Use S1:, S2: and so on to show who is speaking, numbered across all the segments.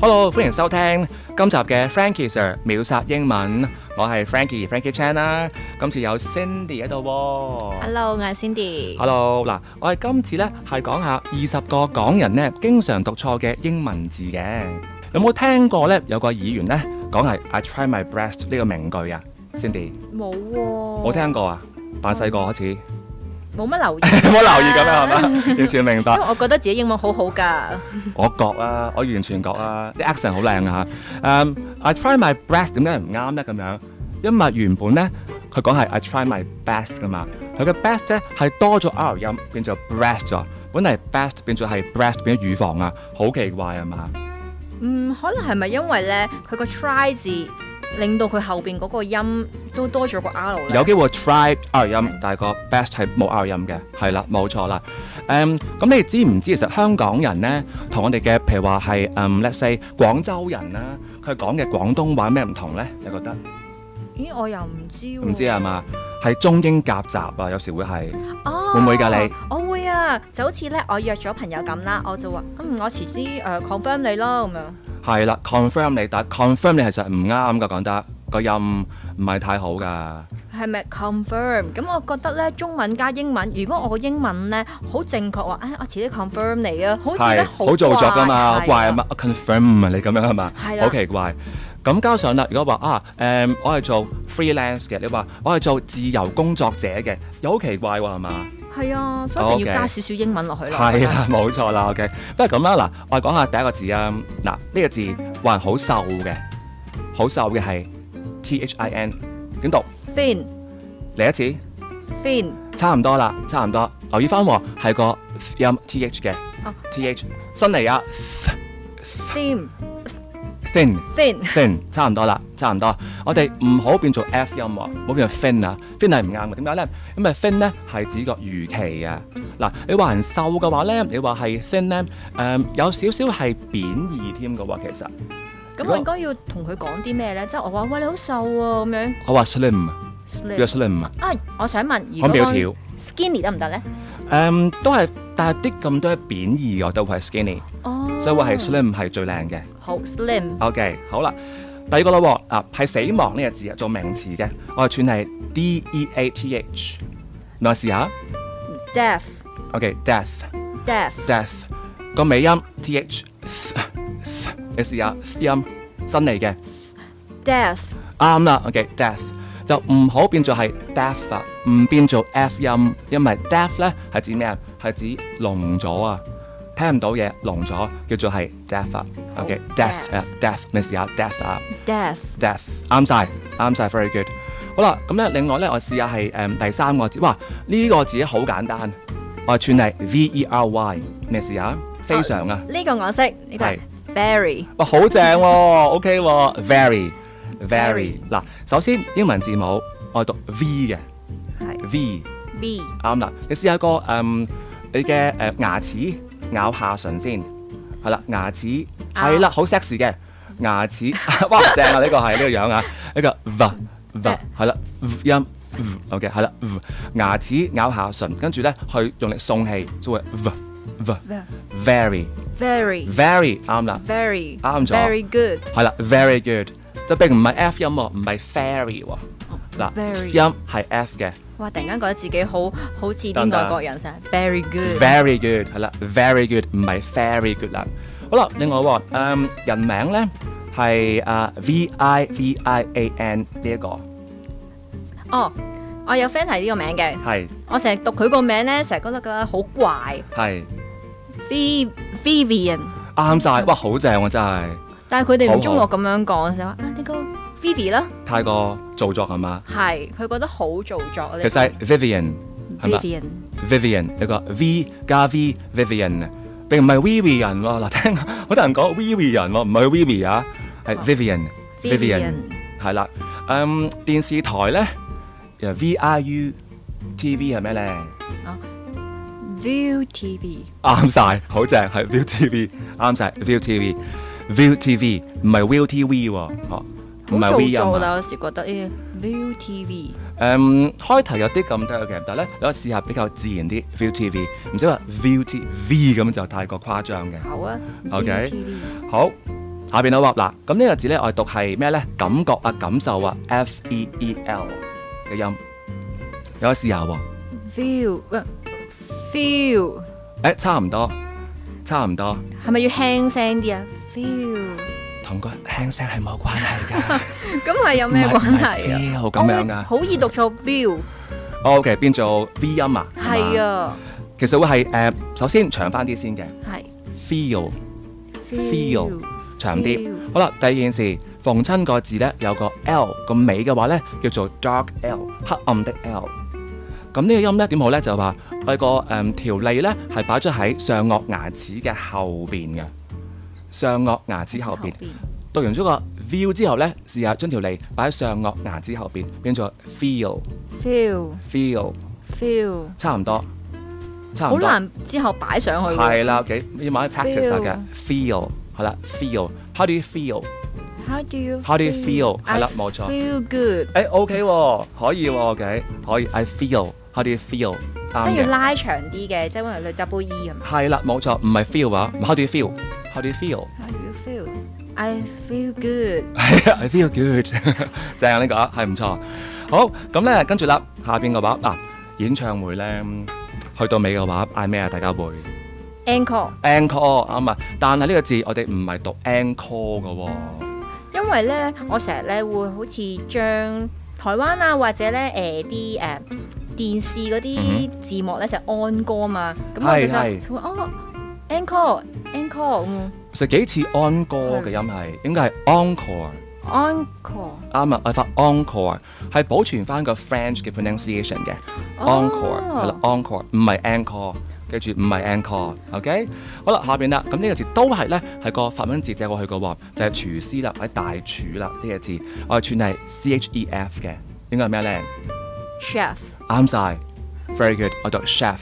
S1: Hello，歡迎收聽今集嘅 Frankie Sir 秒殺英文，我係 Frankie，Frankie Chan 啦。今次有 Cindy 喺度喎。
S2: Hello，我係 Cindy。
S1: Hello，嗱，我哋今次呢係講下二十個港人呢經常讀錯嘅英文字嘅。有冇聽過呢？有個議員呢講係 I try my best 呢個名句啊，Cindy，
S2: 冇喎，
S1: 冇聽過啊？扮細個開始，
S2: 冇乜留意，
S1: 冇留意咁樣係咪？完全明白
S2: 因為。我覺得自己英文好好㗎。
S1: 我覺啊，我完全覺啊，啲 accent 好靚啊嚇。誒，I try my best 點解唔啱咧？咁樣，因為原本咧佢講係 I try my best 噶嘛，佢嘅 best 咧係多咗 R 音，變咗 breast 咗。本嚟 best 變咗係 breast 變咗乳房啊，好奇怪啊嘛。
S2: 嗯，可能係咪因為咧佢個 try 字令到佢後邊嗰個音都多咗個 R 咧？
S1: 有機會 try R 音，但係個 best 係冇 R 音嘅，係啦，冇錯啦。誒、咁你知唔知其實香港人呢，同我哋嘅譬如話係誒，let's say 廣州人啦，佢講嘅廣東話咩唔同呢？你覺得？
S2: 咦，我又唔知喎。
S1: 唔知係嘛？係中英夾雜啊，有時會係
S2: 哦，
S1: 會唔會㗎你？
S2: 我會啊，就好似咧，我約咗朋友咁啦，我就話嗯，我遲啲誒 ờ, confirm 你咯咁樣。
S1: 係啦，confirm 你，但 confirm 你其實唔啱噶，講得個音唔係太好噶。
S2: 係咪 confirm？咁我覺得咧，中文加英文，如果我個英文咧好正確話，誒、我遲啲 ờ, confirm ờ. 你啊，好似咧
S1: 係好做作噶嘛，怪啊
S2: 嘛。
S1: 嘛，confirm 啊你咁樣係嘛
S2: 係，啦
S1: 好奇怪。咁加上啦，如果話啊誒、我係做 freelance 嘅，你話我係做自由工作者嘅，又好奇怪喎係嘛？
S2: 係啊，所以一定要
S1: 哦 OK
S2: 加少少英文落去咯。
S1: 係啊啦，冇錯啦，OK。不過咁啦，嗱，我哋講下第一個字啊。嗱，呢個字話人好瘦嘅，好瘦嘅係 T H I N，點讀？
S2: ，thin
S1: 嚟一次。
S2: thin
S1: 差唔多啦，差唔多。留意翻喎，係個 th 音 T H 嘅
S2: 哦
S1: T H 新嚟啊
S2: thin
S1: thin
S2: thin
S1: thin 差唔多啦，差唔多。我哋唔好變做 F 音喎，唔好變做 fin 啊，fin 係唔啱嘅。點解咧？因為 fin 咧係指個魚鰭啊。嗱，你話人瘦嘅話咧，你話係 thin 咧，誒、有少少係貶義添嘅喎。其實如
S2: 咁
S1: 果
S2: 我應該要同佢講啲咩咧？即係我話喂你好瘦喎咁樣
S1: 我話 slim，
S2: 你
S1: 叫 slim 啊，
S2: 啊！我想問，如
S1: 好
S2: 果
S1: 苗
S2: 我
S1: 條。
S2: skinny 得唔得咧？
S1: 誒、都係，但係啲咁多係貶義嘅，我都會係 skinny，
S2: 哦，
S1: 所以話係 slim 係最靚嘅。
S2: 好 slim
S1: OK，好啦，第二個啦喎，啊係死亡呢個字啊，做名詞嘅，我哋串係 D E A T H，我試下
S2: deaf
S1: ，OK，death，death
S2: deaf
S1: 個尾音 T H，你試下音新嚟嘅，
S2: deaf
S1: 啱啦，OK，death 就唔好變做係 deaf 啊，唔變做 F 音，因為 deaf 咧係指咩啊？係指聾咗啊，聽唔到嘢，聾咗，叫做係 deaf 啊
S2: 好
S1: ，OK，death 啊，death，你試下 death 啊。
S2: deaf
S1: death 啱晒，啱晒，very good。好啦，咁咧，另外咧，我試下係誒第三個字，哇！呢、個字好簡單，我係串嚟 V E R Y，你試下，非常啊，
S2: 呢個我識，呢個係
S1: 係
S2: very
S1: 哇，好正喎，OK 喎，very very
S2: Very。
S1: 嗱，首先英文字母我係讀 V 嘅
S2: 係
S1: V，
S2: b
S1: 啱啦。你試下個誒、嗯你嘅誒、呃牙齒咬下唇先，係啦，牙齒係啦，好 sexy 嘅牙齒， 哇正啊！呢、個係呢、個樣啊，呢、個 v v 係啦，v 音 v OK 係啦，v 牙齒咬下唇，跟住咧去用力送氣，就會 v v very
S2: very
S1: very 啱啦，
S2: very
S1: 啱咗
S2: very good
S1: 係啦，very good 就並唔係 F 音喎，唔係 fairy 喎，嗱
S2: very
S1: 音係 F 嘅。
S2: 哇！突然間覺得自己好好似
S1: 等等
S2: 啲外國人成日 very good
S1: Very good，係啦，very good 唔係 very good 啦。好啦，另外喎，嗯人名咧係啊 V I V I A N 呢一個
S2: 哦，我有 friend 係呢個名嘅。
S1: 係
S2: 我成日讀佢個名咧，成日覺得佢好怪
S1: 係
S2: ，V Vivian，
S1: 啱晒，哇好正喎真係，
S2: 但係佢哋
S1: 好
S2: 唔中意
S1: 好
S2: 我咁樣講，就話啊呢個 Vivi 啦，
S1: 太過做作係嘛？
S2: 係佢覺得好做作呢
S1: 其實係 Vivian 係啊嘛
S2: Vivian
S1: Vivian 有個 V 加 V Vivian，並唔係 Vivi 人喎。嗱，聽好多人講 Vivi 人喎，唔係 Vivi 啊，係 Vivian
S2: 哦 Vivian
S1: 係啦。嗯，電視台咧又 V I U T V 係咩咧？
S2: View TV
S1: 啱晒，好正，係 View TV，啱晒 View TV，View TV 唔係 View TV 喎，哦唔
S2: 好
S1: 係 V
S2: 做
S1: 音
S2: 作，
S1: 啊。
S2: 但有時覺得呢 View TV
S1: 誒開頭嗯有啲咁多嘅，但係咧，你可以試下比較自然啲 View TV，唔使話 View TV 咁就太過誇張嘅。
S2: 好啊
S1: OK
S2: View TV
S1: 好，下邊有 up 啦。咁呢個字咧，我哋讀係咩咧？感覺啊，感受啊，F E E L 嘅音，有得試下喎。
S2: feel 呃 feel
S1: 誒，差唔多，差唔多，
S2: 係咪要輕聲啲啊？feel
S1: 同個輕聲係冇關係 㗎，
S2: 咁係有
S1: 唔
S2: 咩
S1: 係唔
S2: 關
S1: 係
S2: 係啊？
S1: feel 咁樣
S2: 我會
S1: 㗎。
S2: 好易讀錯 feel，
S1: O K，變哦做 V 音啊。
S2: 係
S1: 嘛。
S2: 啊，
S1: 其實會係誒，首先長翻啲先嘅
S2: 係
S1: feel。Feel 長啲
S2: Feel。
S1: 好啦，第二件事，逢親個字呢，有個 L 個尾嘅話呢，叫做 dark L，黑暗的 L。咁呢個音呢點好呢？就話我哋個誒條脷呢係擺咗喺上颚牙齒嘅後邊嘅，上颚牙齒後邊。讀完咗個 view 之後呢，試下將條脷擺喺上颚牙齒後邊，變咗 feel
S2: feel
S1: feel，
S2: feel，
S1: 差唔多，差
S2: 好
S1: 唔多。
S2: 難之後擺上去喎。
S1: 係啦，OK，要慢慢 practice 下嘅 feel 係啦，feel，how do you feel？
S2: How do you
S1: How do you feel？
S2: I
S1: 係啦冇錯
S2: Feel good，
S1: 誒 OK 喎，可以喎，OK，可以。I feel，how do you feel？
S2: 即係
S1: 啱
S2: 要
S1: 嘅，
S2: 拉長啲嘅，即係因為你 double E 咁樣。
S1: 係啦，冇錯，唔係 feel 啊，how do you feel？How do you feel？
S2: How do you feel？I feel good。
S1: 係啊，I feel good，正 啊呢個啊係唔錯。好，咁咧跟住啦，下邊嘅話嗱，演唱會咧去到尾嘅話嗌咩啊？大家會
S2: Encore，
S1: encore 啱啊，但係呢個字我哋唔係讀 encore 嘅喎，
S2: 因為咧，我成日咧會好似將台灣啊或者咧誒啲誒電視嗰
S1: 嗯
S2: 啲字幕咧成日安歌嘛，咁
S1: 係
S2: 我就就會哦 encore encore 嗯
S1: 食幾次 encore 嘅音係應該係 encore。
S2: encore
S1: 啱啊，我發 encore 係保存翻個 French 嘅 pronunciation 嘅 encore 係啦
S2: 哦
S1: ，encore 唔係 encore，記住唔係 encore，OK？好啦，下邊啦，咁呢個字都係咧係個法文字借過去嘅喎，就係廚師啦，喺大廚啦呢個字，我哋串係 C H E F 嘅，應該係咩咧？
S2: chef
S1: 啱晒 v e r y good，我讀 chef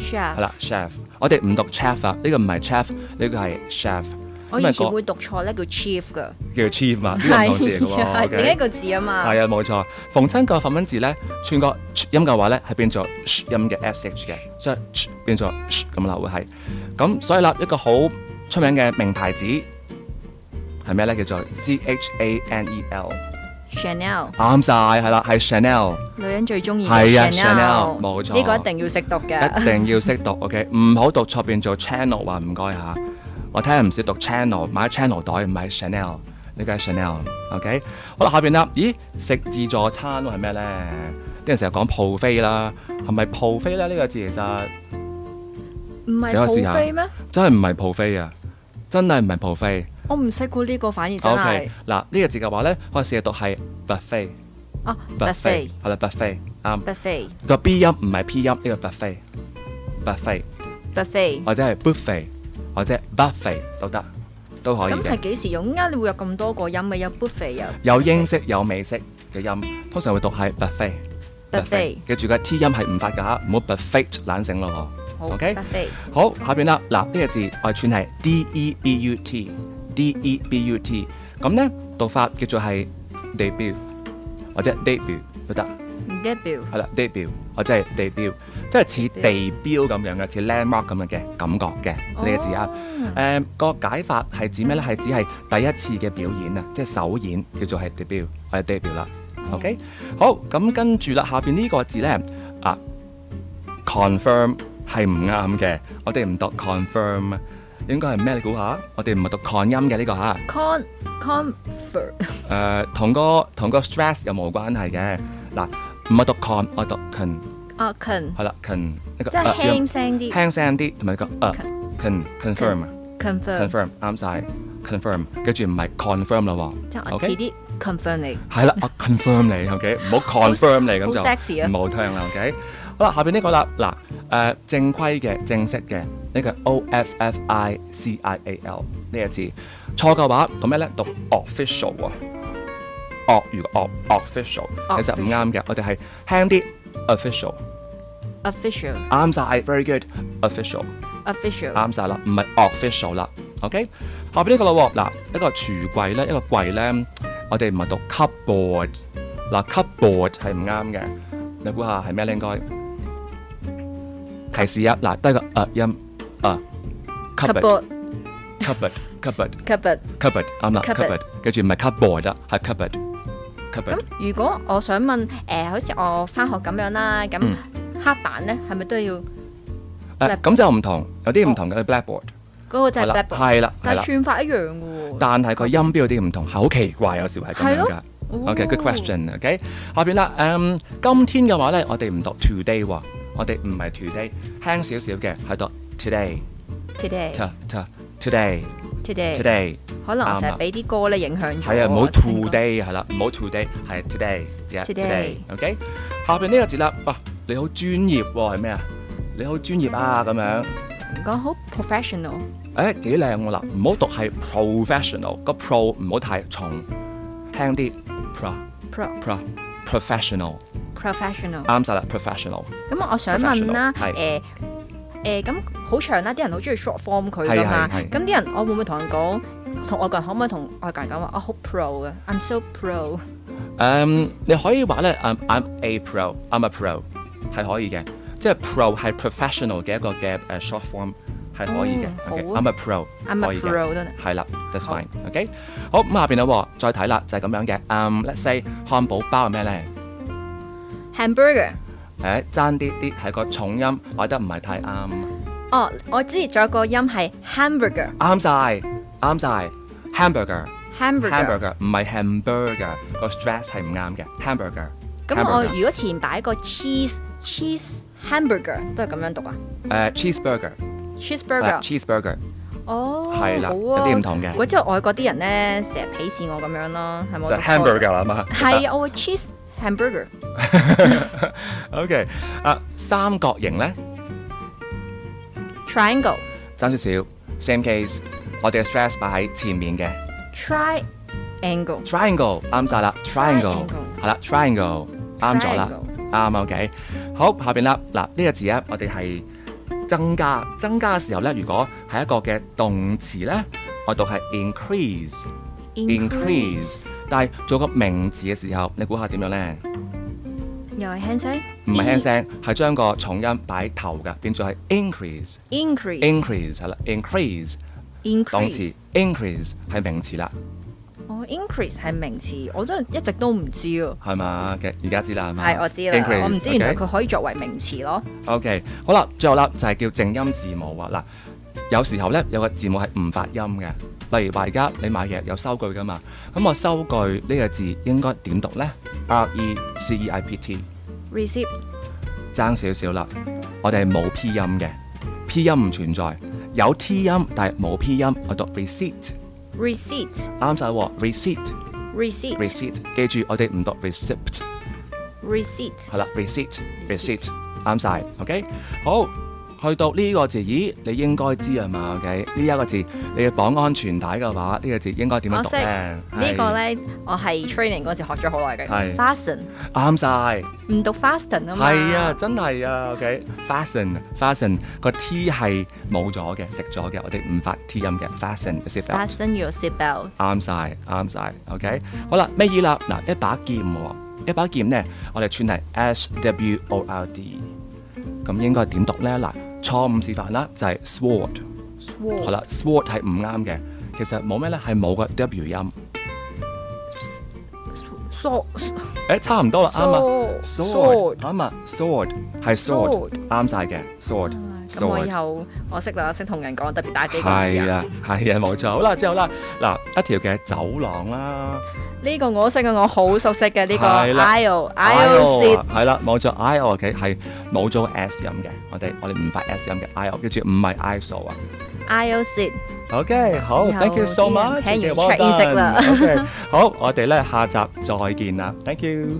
S1: 係
S2: chef，
S1: 啦，chef，我哋唔讀 chef 啊，呢個唔係 chef，呢個係 chef，
S2: 我
S1: 因為
S2: 哦以前
S1: 個
S2: 會讀錯咧叫 chief 噶，
S1: 叫 chief 啊嘛，呢個唔同字 嚟嘅喎
S2: 係
S1: OK？
S2: 另一個字啊嘛，
S1: 係啊，冇錯。逢親個法文字咧，串個 ch 音嘅話咧，係變咗 sh 音嘅 sh 嘅，所以 ch 變咗 sh 咁啦，會係。咁所以啦，一個好出名嘅名牌子係咩咧？叫做 C H A N E L，
S2: Chanel
S1: 啱晒，係啦，係 Chanel，
S2: 女人最中意
S1: 係啊
S2: 嘅
S1: Chanel，冇錯
S2: 呢個一定要識讀嘅
S1: 一定要識讀，OK，唔好讀錯變做 channel 啊，唔該嚇。我聽唔少讀 channel，買 channel 袋唔係 Chanel，呢個係 Chanel，OK、好啦，下邊啦，咦，食自助餐喎係咩咧？啲人成日講 p 飛啦，係咪 p 飛咧？呢、個字其實
S2: 唔係
S1: 俾我試下
S2: 好飛咩？
S1: 真係唔係 p 飛啊，真係唔係 p 飛。
S2: 我唔識估呢個，反而真
S1: OK，
S2: 係
S1: 嗱呢個字嘅話咧，我試下讀係 buffet，
S2: 啊
S1: buffet 係啦，buffet 啱。
S2: buffet
S1: 個 B 音唔係 P 音，呢個 buffet，buffet
S2: buffet。
S1: 或者係 buffet 或者 buffet 都得，都可以
S2: 咁
S1: 嘅
S2: 係。幾時用？點啊解你會有咁多個音嘅？有 buffet 啊有
S1: 有英式有美式嘅音，通常會讀係 buffet。
S2: buffet，
S1: 記住個 T 音係唔發㗎嚇，唔好 buffet 懶醒咯
S2: 好
S1: OK
S2: buffet
S1: 喎。好，下邊啦，嗱呢個字我哋串係 D E B U T D E B U T，咁呢讀法叫做係 debut 或者 debut 都得，
S2: debut
S1: 係啦 debut 或者係 debut，即係似地標咁樣嘅，似 landmark 咁樣嘅感覺嘅呢個字啊。誒、個解法係指咩咧？係指係第一次嘅表演啊，即係首演叫做係 debut，我係 debut 啦。OK，好咁跟住啦，下邊呢個字咧啊，confirm 係唔啱嘅，我哋唔讀 confirm，應啊該係咩？你估下？我哋唔係讀 con 音嘅呢、個嚇，誒、
S2: con confer
S1: 同個同個 stress 又冇關係嘅嗱，唔係讀 con，我讀 con
S2: 啊 con，
S1: 係啦，con 呢個
S2: 即係
S1: 呃
S2: 輕聲啲
S1: 輕聲啲，同埋個誒 con confirm 啊。
S2: confirm，
S1: confirm 啱晒 confirm，跟住唔係 confirm 啦喎，
S2: 即係我
S1: OK？
S2: 遲啲 confirm 你
S1: 係啦，我 confirm 你，OK，唔好 confirm 你咁
S2: 好 sexy
S1: 就
S2: 啊
S1: 唔好聽啦，OK。好啦，下邊呢個啦，嗱，誒正規嘅、正式嘅呢個 O F F I C I A L 呢個字，錯嘅話讀咩咧？讀 official 啊，惡如惡 official，其實唔啱嘅，我哋係輕啲 official，
S2: official
S1: 啱晒，very good official。
S2: official
S1: 啱晒啦，唔係 official 啦。OK，下邊呢個啦喎，嗱一個櫥櫃咧，一個櫃咧，我哋唔係讀 cupboard，嗱 cupboard 係唔啱嘅。你估下係咩咧？應該提示一，嗱得個誒音誒 cupboard
S2: cupboard
S1: cupboard cupboard
S2: cupboard。
S1: cupboard 啱啦
S2: Cupboard
S1: cupboard，跟住唔係 cupboard 啊，係 cupboard cupboard
S2: 咁如果我想問誒、呃好似我翻學咁樣啦，咁
S1: 嗯
S2: 黑板咧係咪都要嗰、
S1: 誒咁就唔同，有啲唔同嘅 blackboard
S2: 個就係
S1: 係啦
S2: blackboard？
S1: 係啦係
S2: 但
S1: 啦
S2: 係，算法一樣嘅喎。
S1: 但係佢音標有啲唔同，係好奇怪有時會係咁
S2: 係
S1: 樣
S2: 咯
S1: 㗎。
S2: 哦
S1: OK，good、question。OK，下邊啦，誒、今天嘅話咧，我哋唔讀 today 喎，我哋唔係 today，輕少少嘅，係讀 today。
S2: Today,
S1: ta ta today
S2: today，
S1: today
S2: 可能我
S1: 啱
S2: 成日
S1: 啊
S2: 俾啲歌咧影響咗。
S1: 係啊，唔好
S2: 我聽歌
S1: today 係啦，唔好 today 係 today yeah today
S2: Today
S1: OK 下邊呢個字啦，哇，你好專業喎，係咩啊？你好專業啊咁樣，
S2: 講好 professional，
S1: 誒幾靚喎啦，唔好讀係 professional 個 pro 唔好太重，輕啲 pro
S2: pro
S1: pro professional
S2: professional。
S1: 啱晒啦 professional
S2: 咁我想問啦，
S1: Professional，
S2: 誒誒咁好長啦，啲人好中意 short form 佢
S1: 係
S2: 噶嘛。
S1: 係係
S2: 咁啲人我會唔會同人講，同外國人可唔可以同外國人講話我好 pro 嘅，I'm so pro。
S1: 嗯誒、Um, 你可以話咧誒 I'm a pro，I'm a pro 係可以嘅，即係 pro 係 professional 嘅一個嘅誒 short form 係可以嘅。
S2: 嗯
S1: OK，
S2: 好啊
S1: I'm a pro，
S2: I'm a
S1: 可以嘅
S2: pro 都得
S1: 係啦，that's
S2: 好
S1: fine。OK，好咁下邊啦喎，再睇啦，就係、咁樣嘅。嗯、l e t s say 漢堡包係咩咧？
S2: Hamburger，
S1: 誒爭啲啲係個重音，擺得唔係太啱。
S2: 哦，我之前仲有個音係 hamburger，hamburger，
S1: 啱晒，啱晒。hamburger，hamburger 唔係 hamburger，個 stress 係唔啱嘅。hamburger。
S2: 咁我如果前擺個 cheese cheese hamburger 都係咁樣讀啊
S1: 誒 cheeseburger，誒
S2: ，cheeseburger，
S1: cheeseburger。
S2: 哦，
S1: 係啦
S2: 好啊
S1: 有啲唔同嘅
S2: 如果之後外國啲人咧成日鄙視我咁樣咯，係咪我
S1: 就
S2: 讀錯
S1: hamburger 啦嘛。
S2: 係啊，我會 cheese hamburger。
S1: OK，啊三角形咧
S2: triangle
S1: 爭少少，same case，我哋嘅 stress 擺喺前面嘅
S2: triangle
S1: triangle 啱晒啦，triangle
S2: Triangle
S1: 係啦，triangle 啱咗啦，啱啊 OK。好，下邊啦，嗱呢個字咧，我哋係增加，增加嘅時候咧，如果係一個嘅動詞咧，我讀係 increase，increase。但係做個名詞嘅時候，你估下點樣咧？
S2: 又係輕聲，
S1: 唔係輕聲，係將個重音擺頭㗎，變咗係 increase。
S2: increase
S1: increase 係啦，increase 動
S2: increase
S1: 詞，increase 係名詞啦，
S2: 哦 increase 係名詞，我真係一直都唔知啊。
S1: 係嘛嘅，而家知啦，係嘛？
S2: 係我知啦
S1: Increase，
S2: 我唔知原來
S1: OK？
S2: 佢可以作為名詞咯。
S1: OK，好啦，最後啦就係叫靜音字母啊嗱，有時候咧有個字母係唔發音嘅，例如話而家你買嘢有收據噶嘛，咁我收據呢個字應該點讀咧？R E C E I P T，
S2: receipt
S1: 爭少少啦，我哋係冇 P 音嘅，P 音唔存在，有 T 音但係冇 P 音，我讀 receipt，
S2: receipt
S1: 啱晒喎，receipt。
S2: receipt
S1: receipt，記住我哋唔讀 receipt，
S2: receipt
S1: 係啦，receipt
S2: Receipt
S1: receipt 啱晒 OK，好，去到呢個字，咦，你應該知啊嘛？OK，呢一個字，你要綁安全帶嘅話，呢個字應該點樣讀
S2: 我識
S1: 咧？
S2: 哦呢個咧，我係 training 嗰時學咗好耐
S1: 係
S2: 嘅 fasten，
S1: 係啱晒，
S2: 唔讀 fasten 啊嘛。
S1: 係啊，，真係啊，OK，fasten，fasten 個 T 係冇咗嘅，食咗嘅，我哋唔發 T 音嘅，fasten s e t
S2: fasten your seat belt。
S1: 啱晒，啱晒，OK。好啦，咩意啦？嗱，一把劍喎，一把劍呢，我哋串係 S W O R D，咁應該點讀呢？嗱，錯誤示範啦，就係 sword，
S2: sword
S1: 好啦，sword 係唔啱嘅，其實冇咩呢，係冇個 W 音，
S2: sword
S1: 誒，差唔多啦，啱啊，sword，
S2: Sword
S1: 啱啊，sword 係 sword，
S2: Sword
S1: 啱晒嘅，sword，
S2: 咁我
S1: sword
S2: 以。後我識啦，識同人講，特別打機嗰時
S1: 係
S2: 啊。
S1: 啊，係啊，冇錯。好啦，之後啦，嗱，一條嘅走廊啦。
S2: 呢個我識嘅，啊我好熟悉嘅呢個
S1: 係啦
S2: IO IO
S1: I O
S2: 線
S1: 啊係啦，冇咗 I O 嘅係冇咗 S 音嘅，我哋我哋唔發 S 音嘅 I O，跟住唔係 I S O 啊。
S2: IO 線
S1: OK，好
S2: 有
S1: ，thank you so
S2: 啲人
S1: much，
S2: 聽完
S1: well
S2: check in 識啦
S1: done，OK，好，我哋咧下集再見啦，thank you。